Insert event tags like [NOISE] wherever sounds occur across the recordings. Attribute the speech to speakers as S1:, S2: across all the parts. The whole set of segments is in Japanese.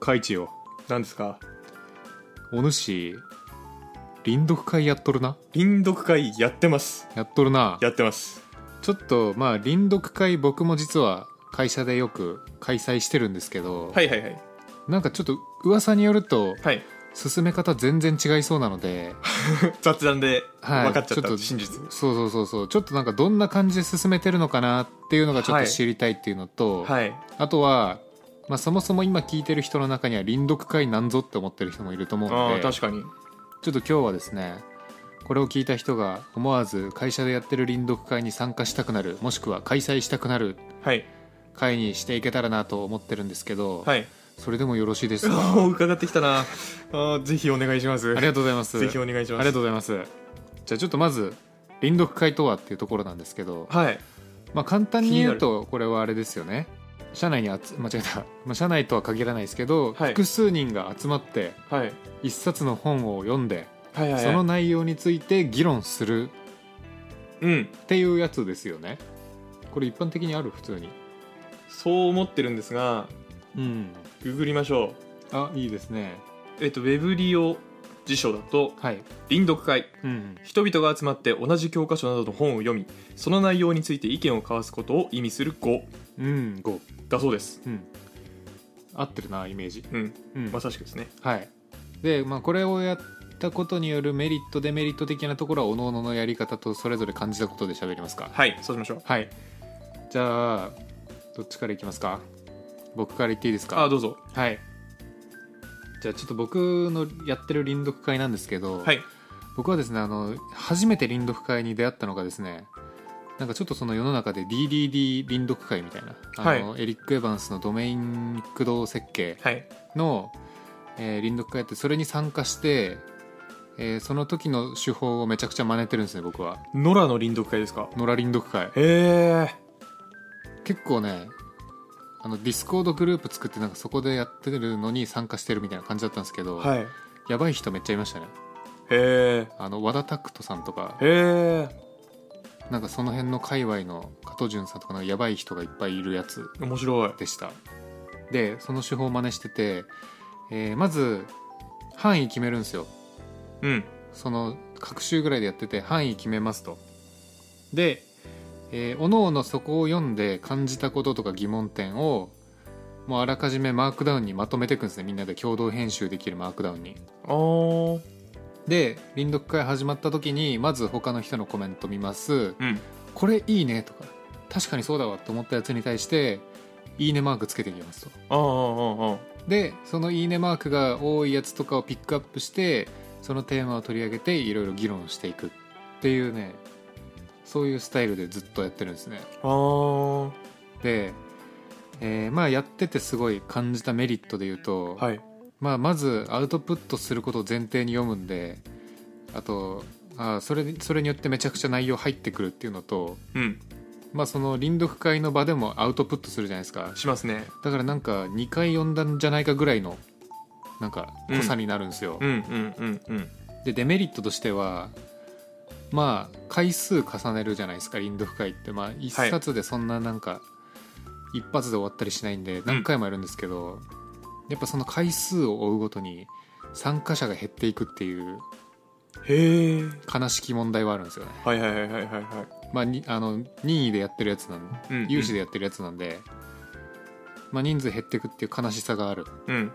S1: 開地よ何ですかお主林読会やっとるな
S2: 林読会やってます
S1: やっとるな
S2: やってます
S1: ちょっとまあ林読会僕も実は会社でよく開催してるんですけど、
S2: はいはいはい
S1: なんかちょっと噂によると
S2: はい
S1: 進め方全然違いそうなので、
S2: 雑談で
S1: はい、
S2: 分かっちゃった、
S1: ょと
S2: 真実
S1: そうそうそうそうちょっとなんかどんな感じで進めてるのかなっていうのがちょっと知りたいっていうのと、
S2: はい
S1: あとは、まあ、そもそも今聞いてる人の中には林読会なんぞって思ってる人もいると思う
S2: あ
S1: の
S2: あ
S1: で
S2: 確かに
S1: ちょっと今日はですねこれを聞いた人が思わず会社でやってる林読会に参加したくなるもしくは開催したくなる
S2: はい
S1: 会にしていけたらなと思ってるんですけど、
S2: はい
S1: それでもよろしいですか
S2: おー [LAUGHS] 伺ってきたなあーぜひお願いします
S1: ありがとうございます
S2: ぜひお願いし
S1: ありが
S2: ます
S1: とうございますじゃあちょっとまず林読会とはっていうところなんですけど、
S2: はい
S1: まあ、簡単に言うとこれはあれですよね社内にあつ間違えた、 [LAUGHS] まあ、社内とは限らないですけど、
S2: はい
S1: 複数人が集まって
S2: はい
S1: 一冊の本を読んで、
S2: はいはいはい
S1: その内容について議論する
S2: うん
S1: っていうやつですよねこれ一般的にある普通に
S2: そう思ってるんですが
S1: うん
S2: ググりましょ
S1: あいいですね
S2: うえっとウェブリオ辞書だと
S1: はい
S2: 林読会
S1: うん
S2: 人々が集まって同じ教科書などの本を読みその内容について意見を交わすことを意味する語
S1: うん5
S2: だそうです
S1: うん合ってるなイメージ
S2: うん
S1: うん
S2: まさしくですね
S1: はいでまあこれをやったことによるメリットデメリット的なところはおのののやり方とそれぞれ感じたことで喋りますか
S2: はいそうしましょう
S1: はいじゃあどっちからいきますか僕から言っていいですか
S2: あどうぞ
S1: はいじゃあちょっと僕のやってる林読会なんですけど、
S2: はい
S1: 僕はですねあの初めて林読会に出会ったのがですねなんかちょっとその世の中で DDD 林読会みたいなあの、エリック・エヴァンスのドメイン駆動設計
S2: はい
S1: の、えー林読会やってそれに参加して、えーその時の手法をめちゃくちゃ真似てるんですね僕は
S2: 野良の林読会ですか
S1: 野良林読会
S2: へえ
S1: 結構ねあのディスコードグループ作ってなんかそこでやってるのに参加してるみたいな感じだったんですけど、
S2: はいへ
S1: やばい人めっちゃいましたね
S2: え
S1: あの和田拓人さんとか
S2: へえ
S1: なんかその辺の界隈の加藤潤さんとかなんかやばい人がいっぱいいるやつ
S2: 面白い
S1: でしたでその手法を真似してて、えーまず範囲決めるんですよ
S2: うん
S1: その各週ぐらいでやってて範囲決めますとで、えー、おのおのそこを読んで感じたこととか疑問点をもうあらかじめマークダウンにまとめていくんですねみんなで共同編集できるマークダウンに
S2: あー
S1: で臨読会始まった時にまず他の人のコメント見ます
S2: うん
S1: これいいねとか確かにそうだわと思ったやつに対していいねマークつけていきますと
S2: あーあーあーあ
S1: でそのいいねマークが多いやつとかをピックアップしてそのテーマを取り上げていろいろ議論していくっていうねそういうスタイルでずっとやってるんですね
S2: ーあー
S1: で、えーまあやっててすごい感じたメリットで言うと、
S2: はい
S1: まあ、まずアウトプットすることを前提に読むんであとあーそれそれによってめちゃくちゃ内容入ってくるっていうのと
S2: うん
S1: まあその臨読会の場でもアウトプットするじゃないですか
S2: しますね
S1: だからなんか2回読んだんじゃないかぐらいのなんか濃さになるんですよ、
S2: うんうんうんうん
S1: でデメリットとしてはまあ回数重ねるじゃないですか林読会ってまあ一冊でそんななんか、一発で終わったりしないんで何回もやるんですけど、やっぱその回数を追うごとに参加者が減っていくっていう
S2: へえ
S1: 悲しき問題はあるんですよね、
S2: はいはいはいはいはいはい
S1: まあ、にあの任意でやってるやつなんで
S2: うん
S1: 有志でやってるやつなんで、まあ、人数減っていくっていう悲しさがある
S2: うん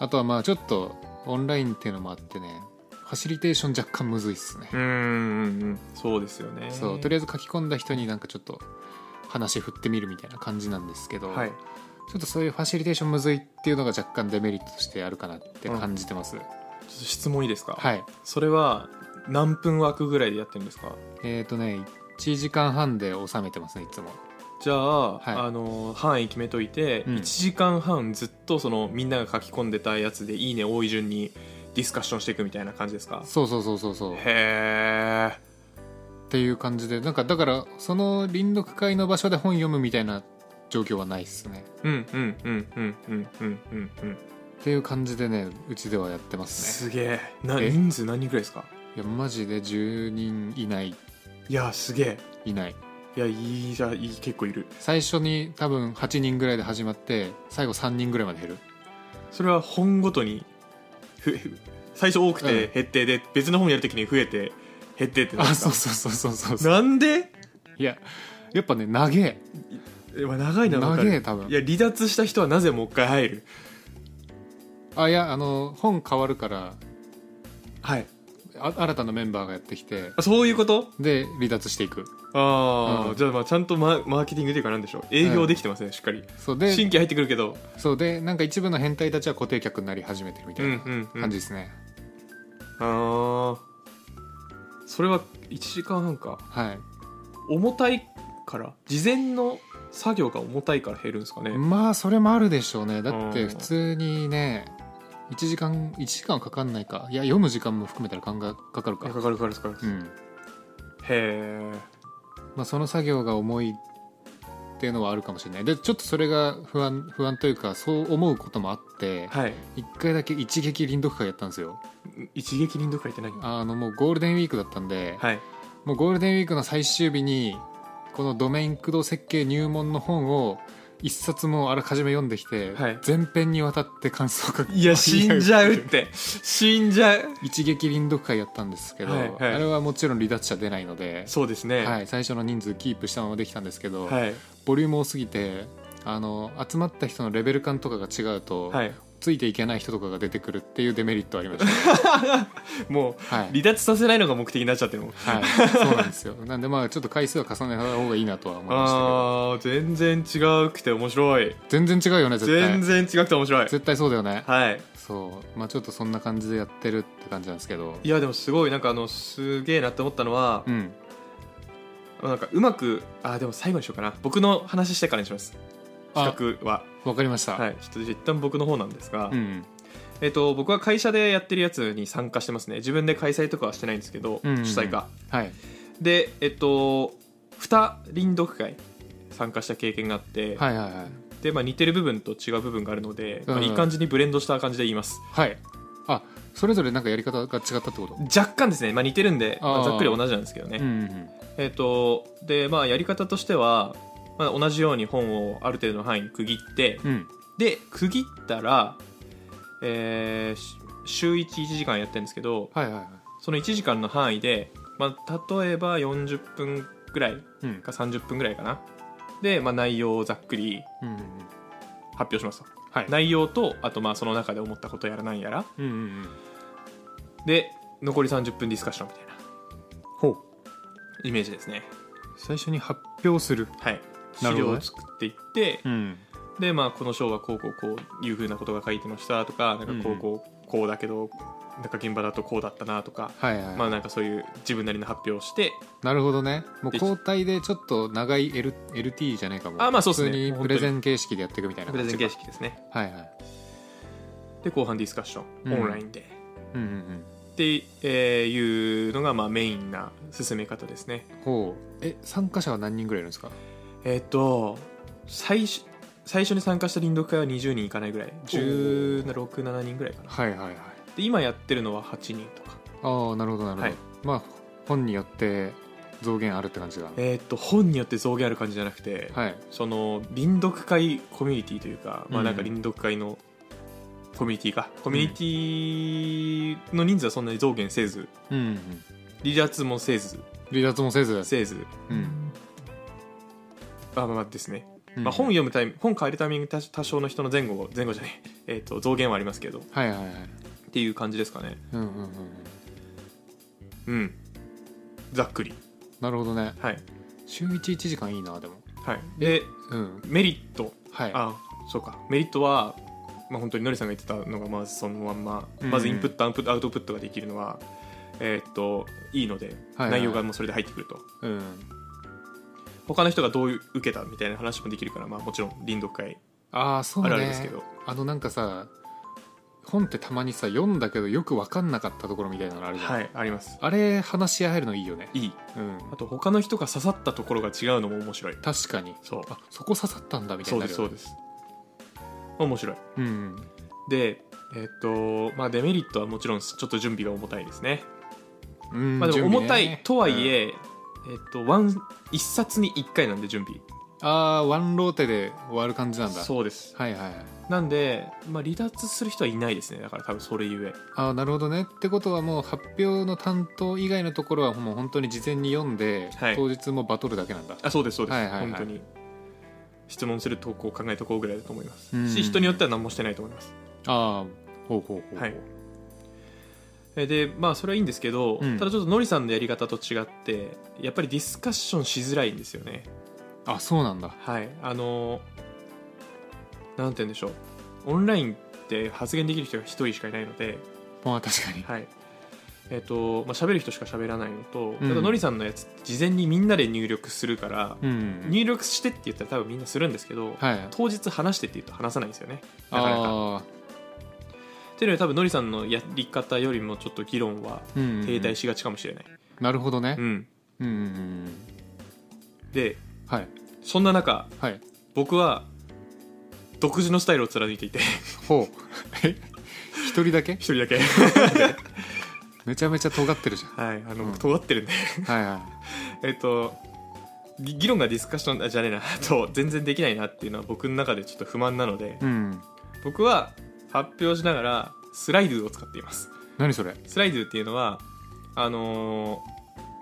S1: あとはまあちょっとオンラインっていうのもあってねファシリテーション若干むずいっすね
S2: う、んうんうんそうですよね
S1: そうとりあえず書き込んだ人になんかちょっと話振ってみるみたいな感じなんですけど、
S2: はい
S1: ちょっとそういうファシリテーションむずいっていうのが若干デメリットとしてあるかなって感じてます、
S2: ちょっと質問いいですか
S1: はい
S2: それは何分枠ぐらいでやってるんですか
S1: えっ、ー、とね1時間半で収めてますねいつも
S2: じゃあ,、
S1: はい
S2: あの範囲決めといて、
S1: うん
S2: 1時間半ずっとそのみんなが書き込んでたやつで「いいね」多い順にディスカッションしていくみたいな感じですか
S1: そうそうそうそうそう
S2: へえ
S1: っていう感じでなんかだからその臨読会の場所で本読むみたいな状況はないっすね
S2: うんうんうんうんうんうんうんうん
S1: っていう感じでねうちではやってますね
S2: すげえな
S1: え
S2: 人数何人ぐらいですか
S1: いやマジで10人いない
S2: いやすげえ
S1: いない
S2: いやいいじゃいい結構いる
S1: 最初に多分8人ぐらいで始まって最後3人ぐらいまで減る
S2: それは本ごとにふ最初多くて
S1: う
S2: 減ってで、別の本やるときに増えて減ってってなるん
S1: あ
S2: です
S1: そう
S2: か
S1: そうそうそうそうそう
S2: なんで
S1: いややっぱね長え
S2: えまあ長いな
S1: 長え多
S2: い
S1: 分
S2: や離脱した人はなぜもう一回入る
S1: あいやあの本変わるから
S2: はい
S1: あ新たなメンバーがやってきて
S2: あそういうこと
S1: で離脱していく
S2: ああ、
S1: うん
S2: じゃあまあちゃんとママーケティングというかなんでしょう営業できてますね、しっかり
S1: そう
S2: 新
S1: で
S2: 規入ってくるけど
S1: そうでなんか一部の変態たちは固定客になり始めてるみた
S2: うん
S1: いうなん
S2: うん
S1: 感じですね、
S2: ああそれは1時間半か
S1: はい
S2: 重たいから事前の作業が重たいから減るんですかね、
S1: まあそれもあるでしょうねだっ
S2: う
S1: て
S2: ん
S1: 普通にね1時間1時間はかかんないかいや読む時間も含めたらかんがかかる
S2: か
S1: か、
S2: かるかかるかかる、
S1: うん
S2: へ
S1: まあ、その作業が重いっていうのはあるかもしれないでちょっとそれが不安不安というかそう思うこともあって
S2: えはい
S1: 一回だけ一撃臨読会やったんですよ
S2: 一撃臨読会って何
S1: あのもうゴールデンウィークだったんで、
S2: はい
S1: もうゴールデンウィークの最終日にこのドメイン駆動設計入門の本を一冊もあらかじめ読んできて、
S2: はい
S1: 全編にわたって感想が
S2: いや死んじゃうっ
S1: って
S2: て [LAUGHS] 死んじゃう
S1: 一撃臨読会やったんですけど、
S2: はいはい
S1: あれはもちろん離脱者出ないので、
S2: そうですね
S1: はい、最初の人数キープしたままできたんですけど、
S2: はい
S1: ボリューム多すぎてあの集まった人のレベル感とかが違うと、
S2: はい
S1: ついていけない人とかが出てくるっていうデメリットありまし
S2: [LAUGHS] もう
S1: た、はい
S2: 離脱させないのが目的になっちゃってるもん
S1: はい、そうなんですよなんでまあちょっと回数は重ねた方がいいなとは思いましたけど
S2: あー全然違うくて面白い
S1: 全然違うよね絶対
S2: 全然違くて面白い
S1: 絶対そうだよね
S2: はい
S1: そうまあちょっとそんな感じでやってるって感じなんですけど
S2: いやでもすごいなんかあのすげえなって思ったのは
S1: う、ん
S2: なんかうまくあーでも最後にしようかな僕の話してからにします
S1: あ
S2: 企画は
S1: わかりました、
S2: はいちょっと一旦僕の方なんですが、
S1: うん
S2: えっと僕は会社でやってるやつに参加してますね自分で開催とかはしてないんですけど、
S1: うんうんうん
S2: 主催が
S1: はい
S2: でえっと二輪読会参加した経験があって、
S1: はいはいはい
S2: でまあ、似てる部分と違う部分があるので、まあ
S1: うん
S2: いい感じにブレンドした感じで言います
S1: はいあそれぞれなんかやり方が違ったってこと
S2: 若干ですね、まあ、似てるんで、まあ
S1: あー
S2: ざっくり同じなんですけどね、
S1: うんうん
S2: えっとでまあやり方としては、まあ、同じように本をある程度の範囲に区切って、
S1: うんうん
S2: で区切ったら、えーし週11時間やってるんですけど
S1: はいはいはい
S2: その1時間の範囲で、まあ、例えば40分ぐらい
S1: うん
S2: か30分ぐらいかなで、まあ、内容をざっくり
S1: うんうんうん
S2: 発表しますと
S1: はい
S2: 内容とあとまあその中で思ったことやらなんやら
S1: うんうんうん
S2: で残り30分ディスカッションみたいな
S1: ほう
S2: イメージですね
S1: 最初に発表する
S2: はい
S1: な
S2: 資
S1: るほ
S2: 料
S1: ど
S2: を
S1: ね
S2: 作っていって、
S1: うん
S2: でまあこの章はこうこうこういうふうなことが書いてましたとかなんかこうこうこうだけど、なんか現場だとこうだったなとか
S1: はいはい、
S2: まあなんかそういう自分なりの発表をして
S1: なるほどねもう
S2: で
S1: 交代でちょっと長い、L、LT じゃないかも
S2: あまあそうっすね
S1: 普通にプレゼン形式でやっていくみたいな
S2: プレ
S1: 感
S2: ゼ
S1: じ
S2: ン形式ですね
S1: はいはい
S2: で後半ディスカッション、
S1: うん
S2: オンラインで
S1: うんうん
S2: って、えーいうのがまあメインな進め方ですね
S1: うんほうえ参加者は何人ぐらいいるんですか
S2: えっ、と最初最初に参加した林読会は20人いかないぐらい1617人ぐらいかな
S1: はいはいはい
S2: で今やってるのは8人とか
S1: ああなるほどなるほど、
S2: はい
S1: まあ本によって増減あるって感じだ
S2: えっ、と本によって増減ある感じじゃなくて、
S1: はい
S2: その林読会コミュニティというか、まあ
S1: うん
S2: なんか林読会のコミュニティかコミュニティの人数はそんなに増減せず
S1: うん、うん、
S2: 離脱もせず
S1: 離脱もせず
S2: せず
S1: うん、
S2: あまあですね、
S1: うん
S2: まあ、本読むタイミング本変えるタイミング多多少の人の前後前後じゃない、 [LAUGHS] えー、と増減はありますけどっ
S1: はいはいはい
S2: ていう感じですかね
S1: うんうんうんうん
S2: うんざっくり
S1: なるほどね
S2: はい
S1: 週11時間いいなでも
S2: はいで
S1: うん
S2: メリット
S1: はい
S2: あそうかメリットはまあ本当にのりさんが言ってたのがまずそのまんま、
S1: うん
S2: まずインプットアウトプットアウトプットができるのはえーっといいので、
S1: はいはい
S2: 内容がもうそれで入ってくると
S1: うん
S2: 他の人がどういう受けたみたいな話もできるから、まあ、もちろん林読会
S1: ああそう
S2: あ
S1: ね
S2: るあるですけど、
S1: あのなんかさ本ってたまにさ読んだけどよく分かんなかったところみたいなのあるじゃん、
S2: はいあります
S1: あれ話し合えるのいいよね
S2: いい
S1: うん
S2: あと他の人が刺さったところが違うのも面白い
S1: 確かに
S2: そう
S1: あそこ刺さったんだみたい
S2: そう
S1: にな
S2: で
S1: る
S2: す
S1: よ
S2: そう
S1: ね
S2: です面白い
S1: うん
S2: でえーっとまあデメリットはもちろんちょっと準備が重たいですね、
S1: うん
S2: まあ、でも
S1: 準備
S2: 重
S1: ね
S2: たいとはいえ、えーっとワン一冊に1回なんで準備
S1: ああーワンローテで終わる感じなんだ
S2: そうです
S1: はいはいはい
S2: なんで、まあ、離脱する人はいないですねだから多分それゆえ
S1: ああなるほどねってことはもう発表の担当以外のところはもう本当に事前に読んで、
S2: はい
S1: 当日もバトルだけなんだ
S2: あそうですそうです、
S1: はいはいはい
S2: 本当に質問するとこう考えとこうぐらいだと思います
S1: うん
S2: し人によっては何もしてないと思います
S1: ああほうほうほうほう
S2: はいえでまあそれはいいんですけど、
S1: うん
S2: ただちょっとノリさんのやり方と違ってやっぱりディスカッションしづらいんですよね
S1: あそうなんだ
S2: はいあのなんて言うんでしょうオンラインって発言できる人が1人しかいないので
S1: まあ確かに
S2: はいえっ、とまあ喋る人しか喋らないのと、
S1: うん
S2: ただのりさんのやつ事前にみんなで入力するから、
S1: うん
S2: 入力してって言ったら多分みんなするんですけど、
S1: はい
S2: 当日話してって言うと話さないんですよねなかなか
S1: ああ
S2: っていうのは多分のりさんのやり方よりもちょっと議論は
S1: 停
S2: 停滞しがちかもしれない、
S1: なるほどね
S2: うん
S1: うんうんうん
S2: で
S1: はい
S2: そんな中
S1: はい
S2: 僕は独自のスタイルを貫いてい [LAUGHS] て
S1: ほう [LAUGHS] え一人だけ
S2: 一人だけ
S1: めちゃめちゃ尖ってるじゃん
S2: はいあの、
S1: うん
S2: 尖ってるんで
S1: はいはい
S2: [LAUGHS] えっとぎ議論がディスカッションあじゃねえな [LAUGHS] あと全然できないなっていうのは僕の中でちょっと不満なので
S1: うん
S2: 僕は発表しながらスライドゥを使っています
S1: 何それ
S2: スライドゥっていうのはあの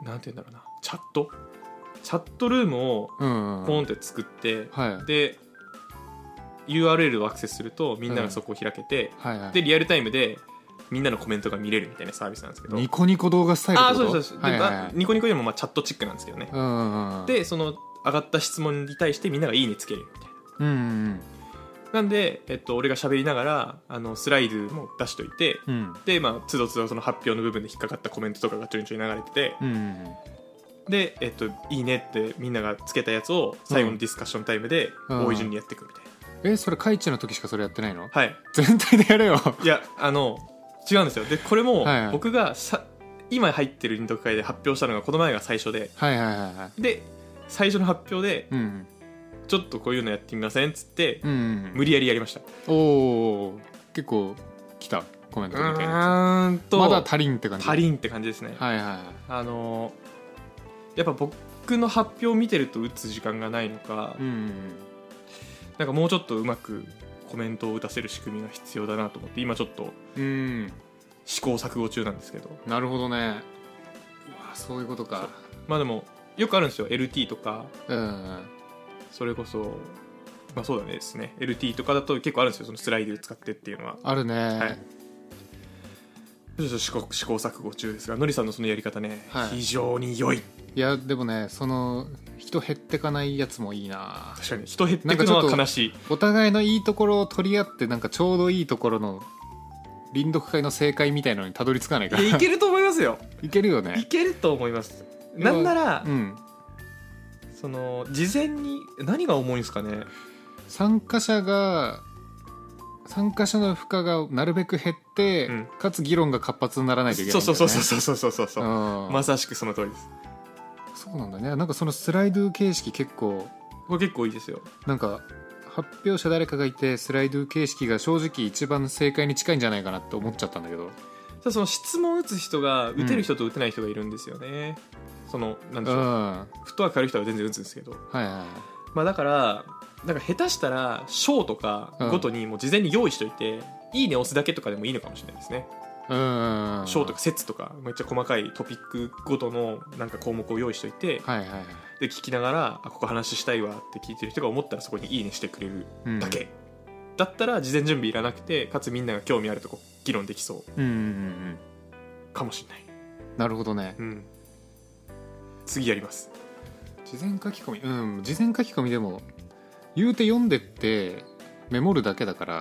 S2: ーなんて言うんだろうなチャットチャットルームを
S1: うんうん
S2: ポ
S1: う
S2: ン
S1: ん
S2: って作って、
S1: はい
S2: で URL をアクセスするとみんながそこを開けて、
S1: はいはい
S2: でリアルタイムでみんなのコメントが見れるみたいなサービスなんですけど
S1: ニコニコ動画スタイル
S2: ああ
S1: って
S2: そ
S1: こ
S2: う
S1: と
S2: ですそうです、
S1: はい
S2: で
S1: はい
S2: ま
S1: は
S2: あ
S1: い
S2: ニコニコでもまあチャットチックなんですけどね、
S1: うんうんうん
S2: でその上がった質問に対してみんなが「いいね」つけるみたいな
S1: うんうん
S2: なんで、えっと、俺が喋りながらあのスライドも出しといて、
S1: うんうん
S2: でまあつどつどその発表の部分で引っかかったコメントとかがちょいちょい流れてて、
S1: うんうん
S2: で、えっと「いいね」ってみんながつけたやつを最後のディスカッションタイムで
S1: うん
S2: 多い順にやっていくみたいな、
S1: うんえそれカイチの時しかそれやってないの
S2: はい
S1: 全体でやれよ
S2: いやあの違うんですよでこれも
S1: はいはい
S2: 僕がさ、今入ってる臨読会で発表したのがこの前が最初で
S1: はいはいはいはい
S2: で最初の発表で
S1: うん
S2: ちょっとこういうのやってみませんっつって、
S1: うんうん
S2: 無理やりやりました
S1: おー結構来たコメントみたいなや
S2: ーん
S1: つ
S2: と
S1: まだ足りんって感じ
S2: 足りんって感じですね、
S1: はいはいはい
S2: あのやっぱ僕の発表を見てると打つ時間がないのか、
S1: うんうんうん
S2: なんかもうちょっとうまくコメントを打たせる仕組みが必要だなと思って今ちょっと
S1: うん
S2: 試行錯誤中なんですけど
S1: なるほどねうわそういうことか
S2: まあでもよくあるんですよ LT とか
S1: うんうん
S2: それこそまあそうだねですね LT とかだと結構あるんですよそのスライド使ってっていうのは
S1: あるね
S2: はいちょっと試行試行錯誤中ですがのりさんのそのやり方ね、
S1: はい
S2: 非常に良い
S1: いやでもねその人減ってかないやつもいいな
S2: 確かに人減ってくのは悲しい
S1: お互いのいいところを取り合ってなんかちょうどいいところの林読会の正解みたいのにたどり着かないから
S2: いやいけると思います [LAUGHS] よ
S1: いけるよ
S2: い
S1: ね
S2: けると思いますなんなら、
S1: うん
S2: その事前に何が重いんですかね
S1: 参加者が参加者の負荷がなるべく減って、
S2: うん
S1: かつ議論が活発にならないといけな
S2: そ
S1: い
S2: うん
S1: だよね、
S2: そうそうそうそうそうそうそう、
S1: うん
S2: まさしくその通りです
S1: そうなんだねなんかそのスライド形式結構
S2: これ結構いいですよ
S1: なんか発表者誰かがいてスライド形式が正直一番正解に近いんじゃないかなって思っちゃったんだけど
S2: ただその質問を打つ人が打てる人と打てない人がいるんですよね、そのなん
S1: う
S2: で
S1: ん
S2: しょう、
S1: は
S2: フットワーク軽い人は全然打つんですけど
S1: いは
S2: まあだからなんか下手したら賞とかごとにもう事前に用意しといて、いいね押すだけとかでもいいのかもしれないですね
S1: いうん
S2: 賞、とか説とかめっちゃ細かいトピックごとのなんか項目を用意しといて、
S1: はいはいはい
S2: で聞きながらあここ話したいわって聞いてる人が思ったらそこに「いいね」してくれる
S1: うん
S2: だけ、だったら事前準備いらなくてかつみんなが興味あるとこ議論できそ
S1: うんうんうん
S2: うかもしれない
S1: うんなるほどね
S2: うん次やります
S1: 事前書き込みうん事前書き込みでも言うて読んでってメモるだけだから、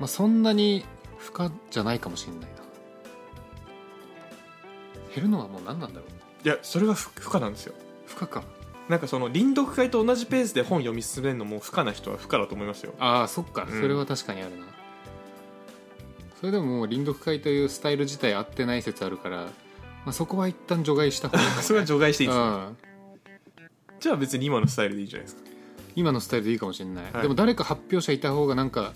S1: まあ、そんなに負荷じゃないかもしれないな減るのはもう何なんだろう
S2: いやそれがふ不可なんですよ
S1: 負荷か
S2: なんかその臨読会と同じペースで本読み進めるのも不可な人は不可だと思いますよ
S1: ああそっか
S2: うん
S1: それは確かにあるな、それでももう林読会というスタイル自体合ってない説あるから、まあ、そこは一旦除外した方がいいかも
S2: [LAUGHS] それは除外していいです、
S1: うん
S2: じゃあ別に今のスタイルでいいじゃないですか
S1: 今のスタイルでいいかもしれない、
S2: はい
S1: でも誰か発表者いた方がなんか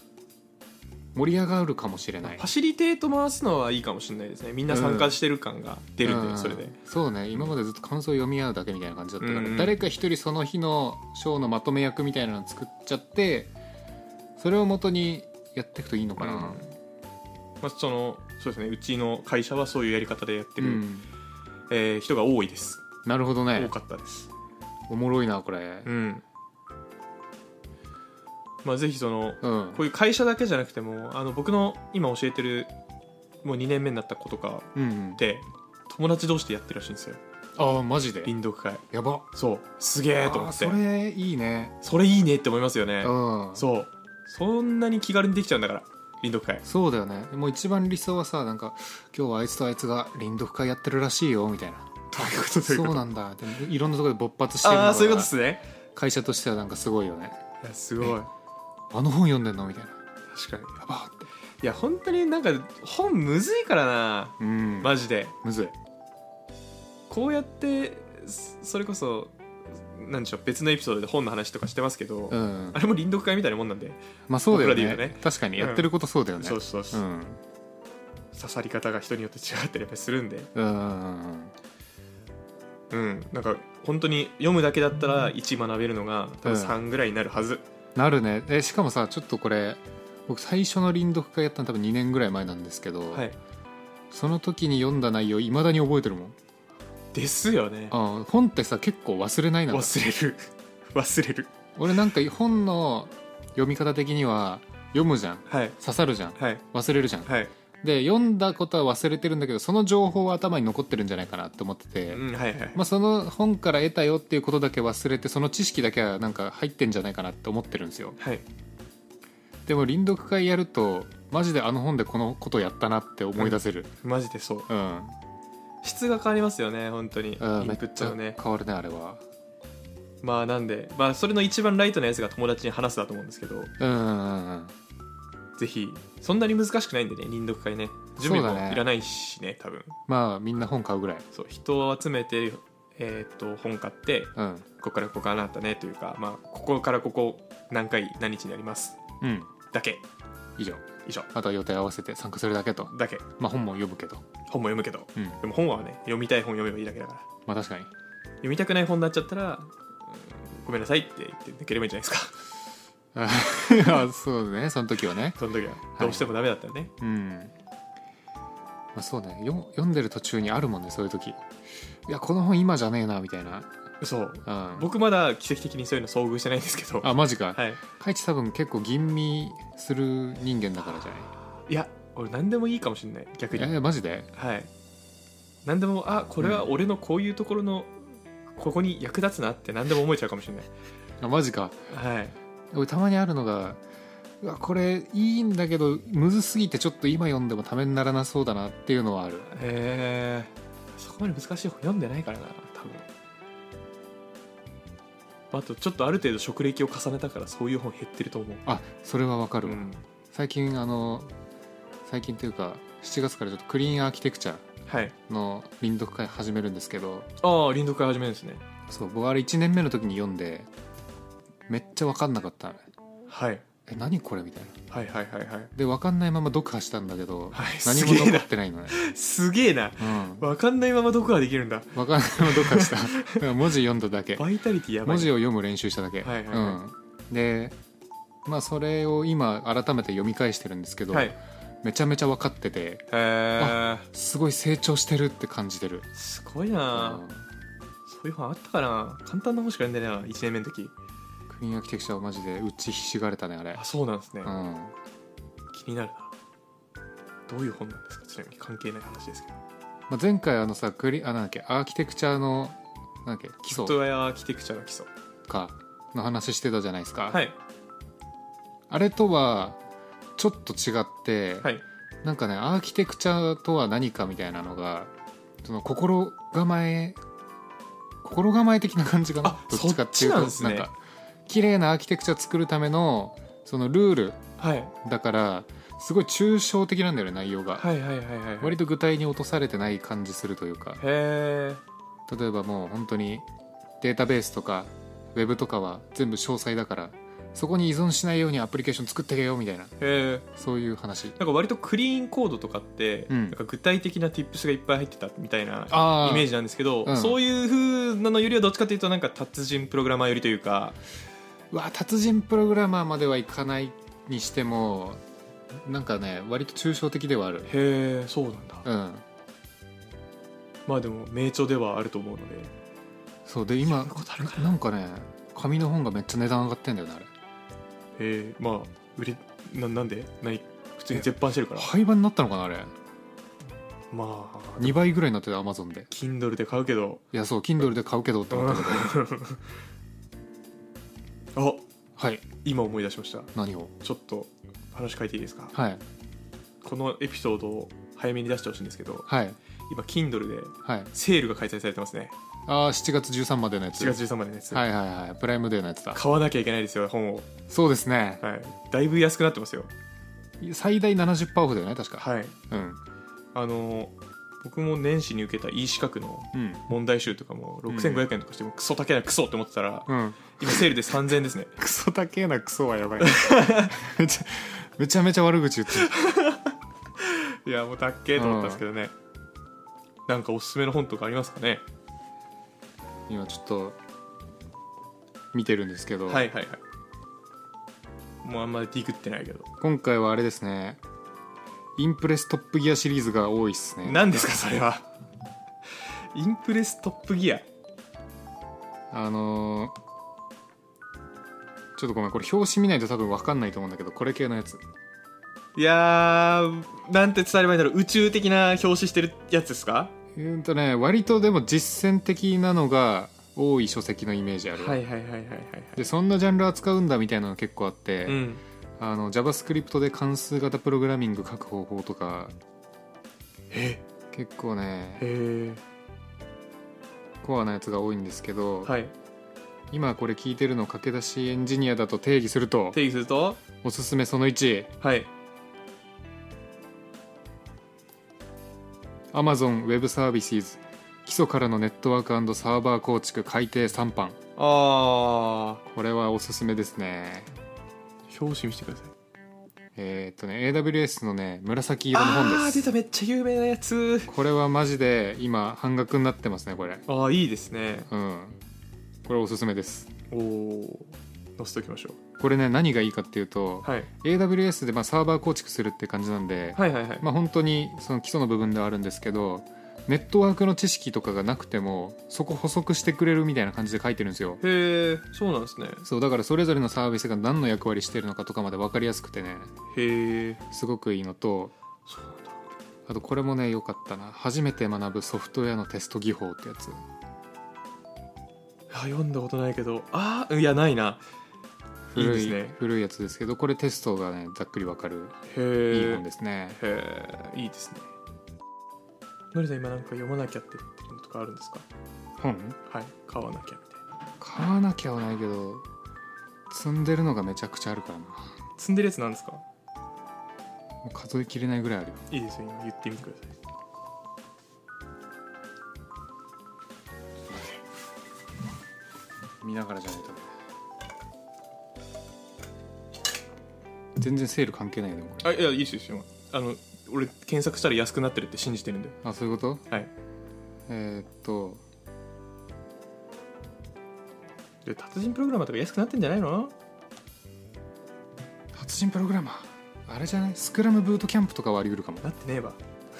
S1: 盛り上がるかもしれない
S2: ファシリテート回すのはいいかもしれないですねみんな参加してる感が出るんで、
S1: うん
S2: それで
S1: そうね今までずっと感想を読み合うだけみたいな感じだったから、
S2: うんうん
S1: 誰か一人その日のショーのまとめ役みたいなの作っちゃってそれを元にやっていくといいのかな、
S2: うんまあ、そのそうですねうちの会社はそういうやり方でやってる、
S1: うん
S2: えー人が多いです
S1: なるほど
S2: 多
S1: ね
S2: かったです
S1: おもろいなこれ
S2: うんまあぜひその
S1: うん
S2: こういう会社だけじゃなくてもあの僕の今教えてるもう2年目になった子とか
S1: うんうん
S2: って友達同士でやってるらしいんですよ
S1: ああマジで
S2: 林読会
S1: やば
S2: そうすげえと思
S1: あー
S2: って
S1: それいいね
S2: それいいねって思いますよね
S1: うんそう
S2: そうそんなに気軽にできちゃうんだから林読 [LAUGHS] 会
S1: だよねもう一番理想はさなんか今日はあいつとあいつが林読会やってるらしいよみ
S2: [LAUGHS]
S1: たいな
S2: どういうことどういう
S1: そ
S2: こ
S1: う
S2: と
S1: なんだでもいろんなところで勃発してるの
S2: [LAUGHS] あ
S1: が
S2: あそういうことですね
S1: 会社としてはなんかすごいよね
S2: いやすごい
S1: あの本読んでんのみたいな
S2: 確かに
S1: やばって
S2: いや本当になんか本むずいからな
S1: うん
S2: マジで
S1: むずい
S2: こうやってそそれこそなんでしょう別のエピソードで本の話とかしてますけど、
S1: うん
S2: あれも林読会みたいなもんなんで、
S1: まあそうだよ
S2: 僕
S1: ね
S2: らで言うとね
S1: 確かにやってることそうだよね
S2: そうそうそうう、
S1: ん
S2: 刺さり方が人によって違ったりやっぱりするんで
S1: うんうん
S2: うんなんか本当に読むだけだったら1学べるのが多分3ぐらいになるはず、
S1: なるねえしかもさちょっとこれ僕最初の林読会やったの多分2年ぐらい前なんですけど、
S2: はい
S1: その時に読んだ内容いまだに覚えてるもん
S2: ですよね
S1: あ本ってさ結構忘れないな
S2: 忘れる [LAUGHS] 忘れる
S1: 俺なんか本の読み方的には読むじゃん
S2: はい
S1: 刺さるじゃん
S2: はい
S1: 忘れるじゃん
S2: はい、
S1: で読んだことは忘れてるんだけどその情報は頭に残ってるんじゃないかなって思ってて、
S2: うん、はいはい
S1: まあ、その本から得たよっていうことだけ忘れてその知識だけはなんか入ってんじゃないかなって思ってるんですよ
S2: はい
S1: でも臨読会やるとマジであの本でこのことやったなって思い出せる
S2: マジでそう
S1: うん、
S2: 質が変わりますよね本当にインプ
S1: うんめっ
S2: ッ
S1: ち
S2: ト
S1: ゃ
S2: のね
S1: 変わるねあれは
S2: まあなんでまあそれの一番ライトなやつが友達に話すだと思うんですけ
S1: う
S2: ど
S1: んうんうん
S2: ぜひそんなに難しくないんでね臨読会ね準備
S1: そうだ
S2: も
S1: ね
S2: いらないしね多分
S1: まあみんな本買うぐらい
S2: そう人を集めてえーっと本買って
S1: うん
S2: ここからここからあなたねというかまあここからここ何回何日になります
S1: うん
S2: だけ
S1: 以上
S2: 以上
S1: あとは予定合わせて参加するだけと
S2: だけ
S1: まあ本も読むけど
S2: 本も読むけど
S1: うん
S2: でも本はね読みたい本読めばいいだけだから
S1: まあ確かに
S2: 読みたくない本になっちゃったら、うんごめんなさいって言って抜ければいいんじゃないですか [LAUGHS]
S1: あそうねその時はね
S2: その時はどうしてもダメだったらね、
S1: うん、まあ、そうね読む読んでる途中にあるもんねそういう時いやこの本今じゃねえなみたいな、
S2: そう
S1: うん、
S2: 僕まだ奇跡的にそういうの遭遇してないんですけど
S1: あマジか、
S2: はい
S1: カイチ多分結構吟味する人間だからじゃない
S2: や俺何でもいいかもしれない逆に
S1: いえマジで
S2: はい何でもあこれは俺のこういうところの、ここに役立つなって何でも思えちゃうかもしれ
S1: あマジか
S2: ないはい
S1: 俺たまにあるのがうわこれいいんだけどむずすぎてちょっと今読んでもためにならなそうだなっていうのはある
S2: えー、そこまで難しい本読んでないからな多分あとちょっとある程度職歴を重ねたからそういう本減ってると思う
S1: あそれはわかるわ、
S2: うん
S1: 最近あの最近というか7月からちょっとクリーンアーキテクチャ
S2: はい
S1: の臨読会始めるんですけど
S2: ああ臨読会始めるんですね
S1: そう僕あれ1年目の時に読んでめっちゃ分かんなかったのね
S2: はい
S1: え何これみたいな
S2: はいはいはいはい
S1: で分かんないまま読破したんだけど、
S2: はい
S1: 何
S2: す
S1: も
S2: げえ
S1: 残
S2: な
S1: ってないのね、
S2: すげえな
S1: うん、
S2: わかんないまま読破できるんだ
S1: 分かんないまま読破しただから文字読んだだけ
S2: バイタリティやば
S1: 文
S2: い
S1: 字を読む練習しただけ、
S2: はいはいは
S1: うん、でまあそれを今改めて読み返してるんですけど、
S2: はい
S1: めちゃめちゃ分かってて
S2: へえ
S1: すごい成長してるって感じてる、
S2: すごいな、
S1: うん
S2: そういう本あったかな簡単な本しか読んでないな1年目の時
S1: クリーンアーキテクチャはマジで打ちひしがれたねあれ
S2: あそうなんですね、
S1: うん
S2: 気になるなどういう本なんですかちなみに関係ない話ですけど
S1: まあ、前回あのさクリあなんだっけアーキテクチャのなんだっけ基礎
S2: ソフトウェアアーキテクチャの基礎
S1: かの話してたじゃないですか、
S2: はい
S1: あれとはちょっと違って、
S2: はい
S1: なんかねアーキテクチャとは何かみたいなのがその心構え心構え的な感じかな
S2: あ
S1: どっちかっていうと
S2: そっちなんですね
S1: か綺麗なアーキテクチャ作るためのそのルール
S2: はい
S1: だからすごい抽象的なんだよね内容が、
S2: はいはいはいはい
S1: 割と具体に落とされてない感じするというか
S2: へえ
S1: 例えばもう本当にデータベースとかウェブとかは全部詳細だからそこに依存しないようにアプリケーション作ってけよみたいな
S2: へえ
S1: そういう話
S2: なんか割とクリーンコードとかって、
S1: うん
S2: なんか具体的な tips がいっぱい入ってたみたいな
S1: あー
S2: イメージなんですけど、
S1: うん
S2: そういう風なのよりはどっちかというとなんか達人プログラマーよりというか
S1: うわ達人プログラマーまではいかないにしてもなんかね割と抽象的ではある
S2: へえそうなんだ、
S1: うん
S2: まあでも名著ではあると思うので
S1: そうで今
S2: なことあるか
S1: なんかね紙の本がめっちゃ値段上がってんだよねあれ
S2: えー、まあ売れななんでない普通に絶版してる [LAUGHS] から
S1: 廃盤になったのかなあれ
S2: まあ
S1: 2倍ぐらいになってたアマゾンで
S2: Kindle で買うけど
S1: いやそう Kindle で買うけどって思ったけど
S2: あ
S1: はい
S2: 今思い出しました
S1: 何を
S2: ちょっと話変えていいですか
S1: はい
S2: このエピソードを早めに出してほしいんですけど
S1: はい
S2: 今 Kindle で
S1: はい
S2: セールが開催されてますね
S1: あー7月13までのやつ
S2: 4月13までのやつ、
S1: はいはいはいプライムデーのやつだ
S2: 買わなきゃいけないですよ本を、
S1: そうですね
S2: はい、だいぶ安くなってますよ
S1: 最大70%オフだよね確か、
S2: はい
S1: うん
S2: あの僕も年始に受けた E 資格の
S1: うん
S2: 問題集とかも6500円とかしてもクソ高えなクソって思ってたら、
S1: うん
S2: 今セールで3000円ですね
S1: クソ高えなクソはやばい [LAUGHS] めちゃめちゃめちゃ悪口言ってる
S2: [LAUGHS] いやもう高えと思ったんですけどね、なんかおすすめの本とかありますかね
S1: 今ちょっと見てるんですけど、
S2: はいはいはいもうあんまりディグってないけど
S1: 今回はあれですねインプレストップギアシリーズが多いっすね
S2: 何ですかそれはインプレストップギア
S1: あのーちょっとごめんこれ表紙見ないと多分分かんないと思うんだけどこれ系のやつ
S2: いやーなんて伝わればいいんだろう宇宙的な表紙してるやつですか
S1: うんとね割とでも実践的なのが多い書籍のイメージある、
S2: はいはいはいはいはいはい
S1: でそんなジャンル扱うんだみたいなの結構あって、
S2: うん
S1: あの JavaScript で関数型プログラミング書く方法とか
S2: え
S1: 結構ね
S2: へえ
S1: コアなやつが多いんですけど、
S2: はい
S1: 今これ聞いてるの駆け出しエンジニアだと定義すると
S2: 定義すると
S1: おすすめその1
S2: はい
S1: Amazon Web Services 基礎からのネットワークサーバー構築改定3版
S2: ああ
S1: これはおすすめですね
S2: 表紙見せてください
S1: えーっとね AWS のね紫色の本
S2: あ
S1: で
S2: ー出
S1: す
S2: ためっちゃ有名なやつ
S1: これはマジで今半額になってますねこれ
S2: ああいいですね
S1: うんこれおすすめです
S2: おお載せておきましょ
S1: これね何がいいかっていうと
S2: う、はい、
S1: AWS でまあサーバー構築するって感じなんで、
S2: はいはいはい
S1: まあ、本当にその基礎の部分ではあるんですけどネットワークの知識とかがなくてもそこ補足してくれるみたいな感じで書いてるんですよ
S2: へえそうなんですね
S1: そうだからそれぞれのサービスが何の役割してるのかとかまで分かりやすくてね
S2: へえ
S1: すごくいいのと
S2: そうなんだ
S1: あとこれもね良かったな初めて学ぶソフトウェアのテスト技法ってやつ
S2: あ読んだことないけどああいやないな
S1: 古い
S2: いいですね
S1: 古いやつですけどこれテストがねざっくり分かる
S2: へ
S1: いい
S2: え
S1: 本ですね
S2: へえいいですねのりさん今なんか読まなきゃっていうのとかあるんですか
S1: 本
S2: はい買わなきゃみたいな
S1: 買わなきゃはないけど積んでるのがめちゃくちゃあるからな
S2: 積んでるやつなんですか
S1: もう数えきれないぐらいあるよ
S2: いいですよ今言ってみてください
S1: 見ながらじゃないとね全然セール関係ないよねこれ
S2: あいやいいですよいいですよあの俺検索したら安くなってるって信じてるんで
S1: あそういうこと
S2: はい
S1: えーっと
S2: で達人プログラマーとか安くなってんじゃないの
S1: 達人プログラマーあれじゃないスクラムブートキャンプとかはあり得るかも
S2: なってねえわ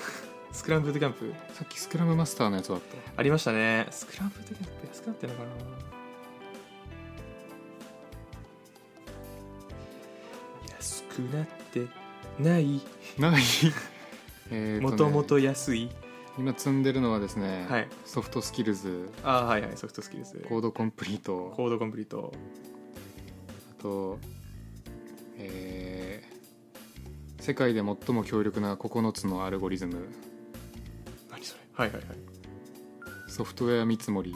S2: [LAUGHS] スクランブルトキャンプ
S1: さっきスクラムマスターのやつだった
S2: ありましたねスクランブルトキャンプ安くなってんのかな安くなってない
S1: ない [LAUGHS] えーっとね
S2: もともと安い
S1: 今積んでるのはですね、
S2: はい
S1: ソフトスキルズ
S2: あーはいはいソフトスキルズ
S1: コードコンプリート
S2: コードコンプリート
S1: あとえー世界で最も強力な9つのアルゴリズム
S2: 何それはいはいはい
S1: ソフトウェア見積もり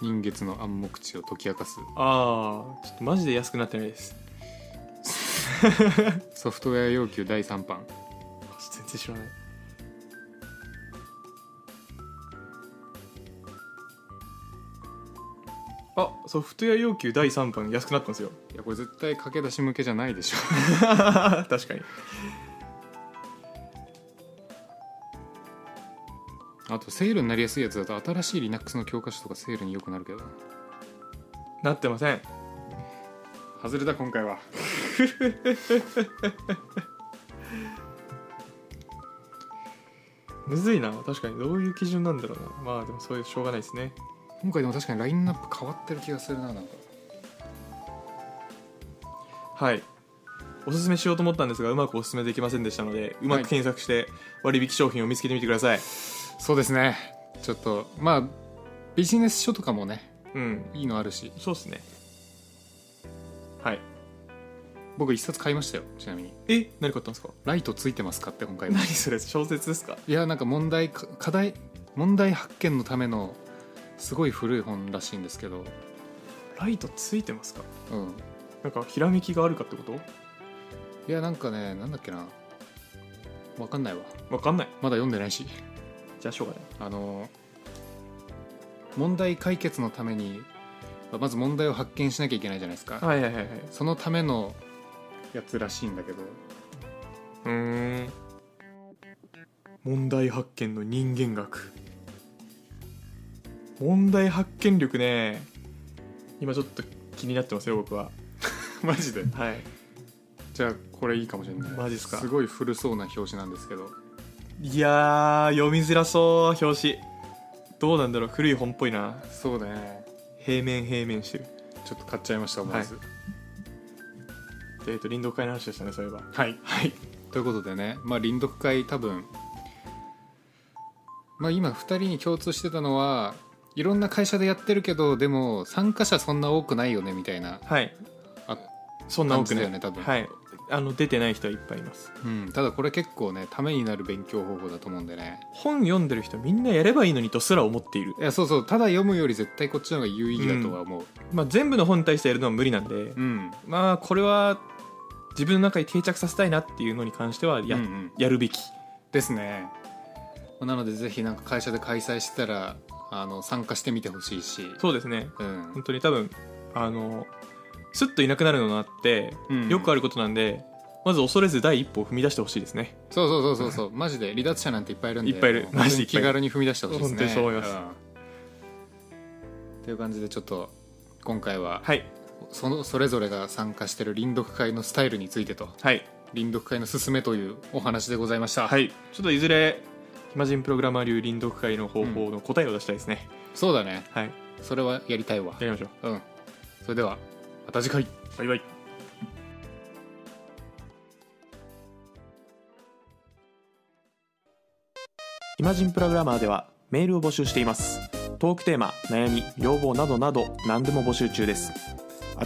S1: 人月の暗黙知を解き明かす
S2: ああちょっとマジで安くなってないです
S1: ソフトウェア要求第3版
S2: 全然知らないあソフトウェア要求第3版安くなったんですよ [LAUGHS]
S1: いやこれ絶対駆け出し向けじゃないでしょ [LAUGHS]
S2: 確かに
S1: あとセールになりやすいやつだと新しい Linux の教科書とかセールによくなるけど
S2: なってません
S1: 外れた今回は
S2: むずいな確かにどういう基準なんだろうなまあでもそういうしょうがないですね
S1: 今回でも確かにラインナップ変わってる気がするななんか
S2: はいおすすめしようと思ったんですがうまくおすすめできませんでしたのでうまく検索して割引商品を見つけてみてください、
S1: そうですねちょっとまあビジネス書とかもね
S2: うん
S1: いいのあるし
S2: そうっすねはい
S1: 僕一冊買いましたよちなみに
S2: え何買ったんですか
S1: ライトついてますかって今回は
S2: 何 [LAUGHS] それ小説ですか
S1: いやなんか問題か課題問題発見のためのすごい古い本らしいんですけど、
S2: ライトついてますか
S1: うん、
S2: なんかひらめきがあるかってこと
S1: いやなんかねなんだっけなわかんないわ
S2: わかんない
S1: まだ読んでないし
S2: じゃあしょうがない
S1: あの問題解決のためにまず問題を発見しなきゃいけないじゃないですか、
S2: はいはいはいはい
S1: そのためのやつらしいんだけど [LAUGHS]
S2: うーん問題発見の人間学問題発見力ね今ちょっと気になってますよ僕は
S1: マジで
S2: はい
S1: じゃあこれいいかもしれない
S2: マジっすか
S1: すごい古そうな表紙なんですけど
S2: いやー読みづらそう表紙どうなんだろう古い本っぽいな
S1: そうね
S2: 平面平面してる
S1: ちょっと買っちゃいました思わず
S2: でえっと林道会の話でしたねそういえば
S1: はい、
S2: はい
S1: ということでね、まあ、林読会多分、まあ、今2人に共通してたのはいろんな会社でやってるけどでも参加者そんな多くないよねみたいな、
S2: はい
S1: あ
S2: そんな多くな
S1: 感じだ
S2: い
S1: よね多分
S2: はいあの出てない人はいっぱいいます
S1: うん、ただこれ結構ねためになる勉強方法だと思うんでね
S2: 本読んでる人みんなやればいいのにとすら思っている
S1: いやそうそうただ読むより絶対こっちの方が有意義だとは思う
S2: まあ全部の本に対してやるのは無理なんで、
S1: うん、
S2: まあこれは自分の中に定着させたいなっていうのに関してはや,、
S1: うんうん
S2: やるべき
S1: ですねなのでぜひなんか会社で開催してたらあの参加してみてほしいし
S2: そうですね
S1: うん
S2: 本当に多分あのスッといなくなるのって、
S1: うん
S2: よくあることなんでまず恐れず第一歩を踏み出してほしいですね
S1: そうそうそうそうそうマジで離脱者なんていっぱいいるんで
S2: いっぱいいる
S1: もう本
S2: マ
S1: 当
S2: ジでい
S1: に
S2: っぱいい
S1: 気
S2: る
S1: 軽に踏み出してほしいですね
S2: 本当にそう思います
S1: うんという感じでちょっと今回は
S2: はい
S1: そのそれぞれが参加してる林読会のスタイルについてと
S2: はい
S1: 林読会の勧めというお話でございました、
S2: はいちょっといずれ暇人プログラマー流臨読会の方法の答えを出したいですね、
S1: そうだね
S2: はい
S1: それはやりたいわ
S2: やりましょう
S1: うんそれではまた次回
S2: バイバイイマジンプログラマーではメールを募集していますトークテーマ悩み要望などなど何でも募集中です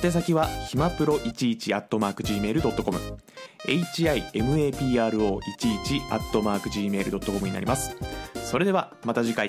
S2: 宛先はひまプロ11 at mark gmail.com himapro11 at mark gmail.com になりますそれではまた次回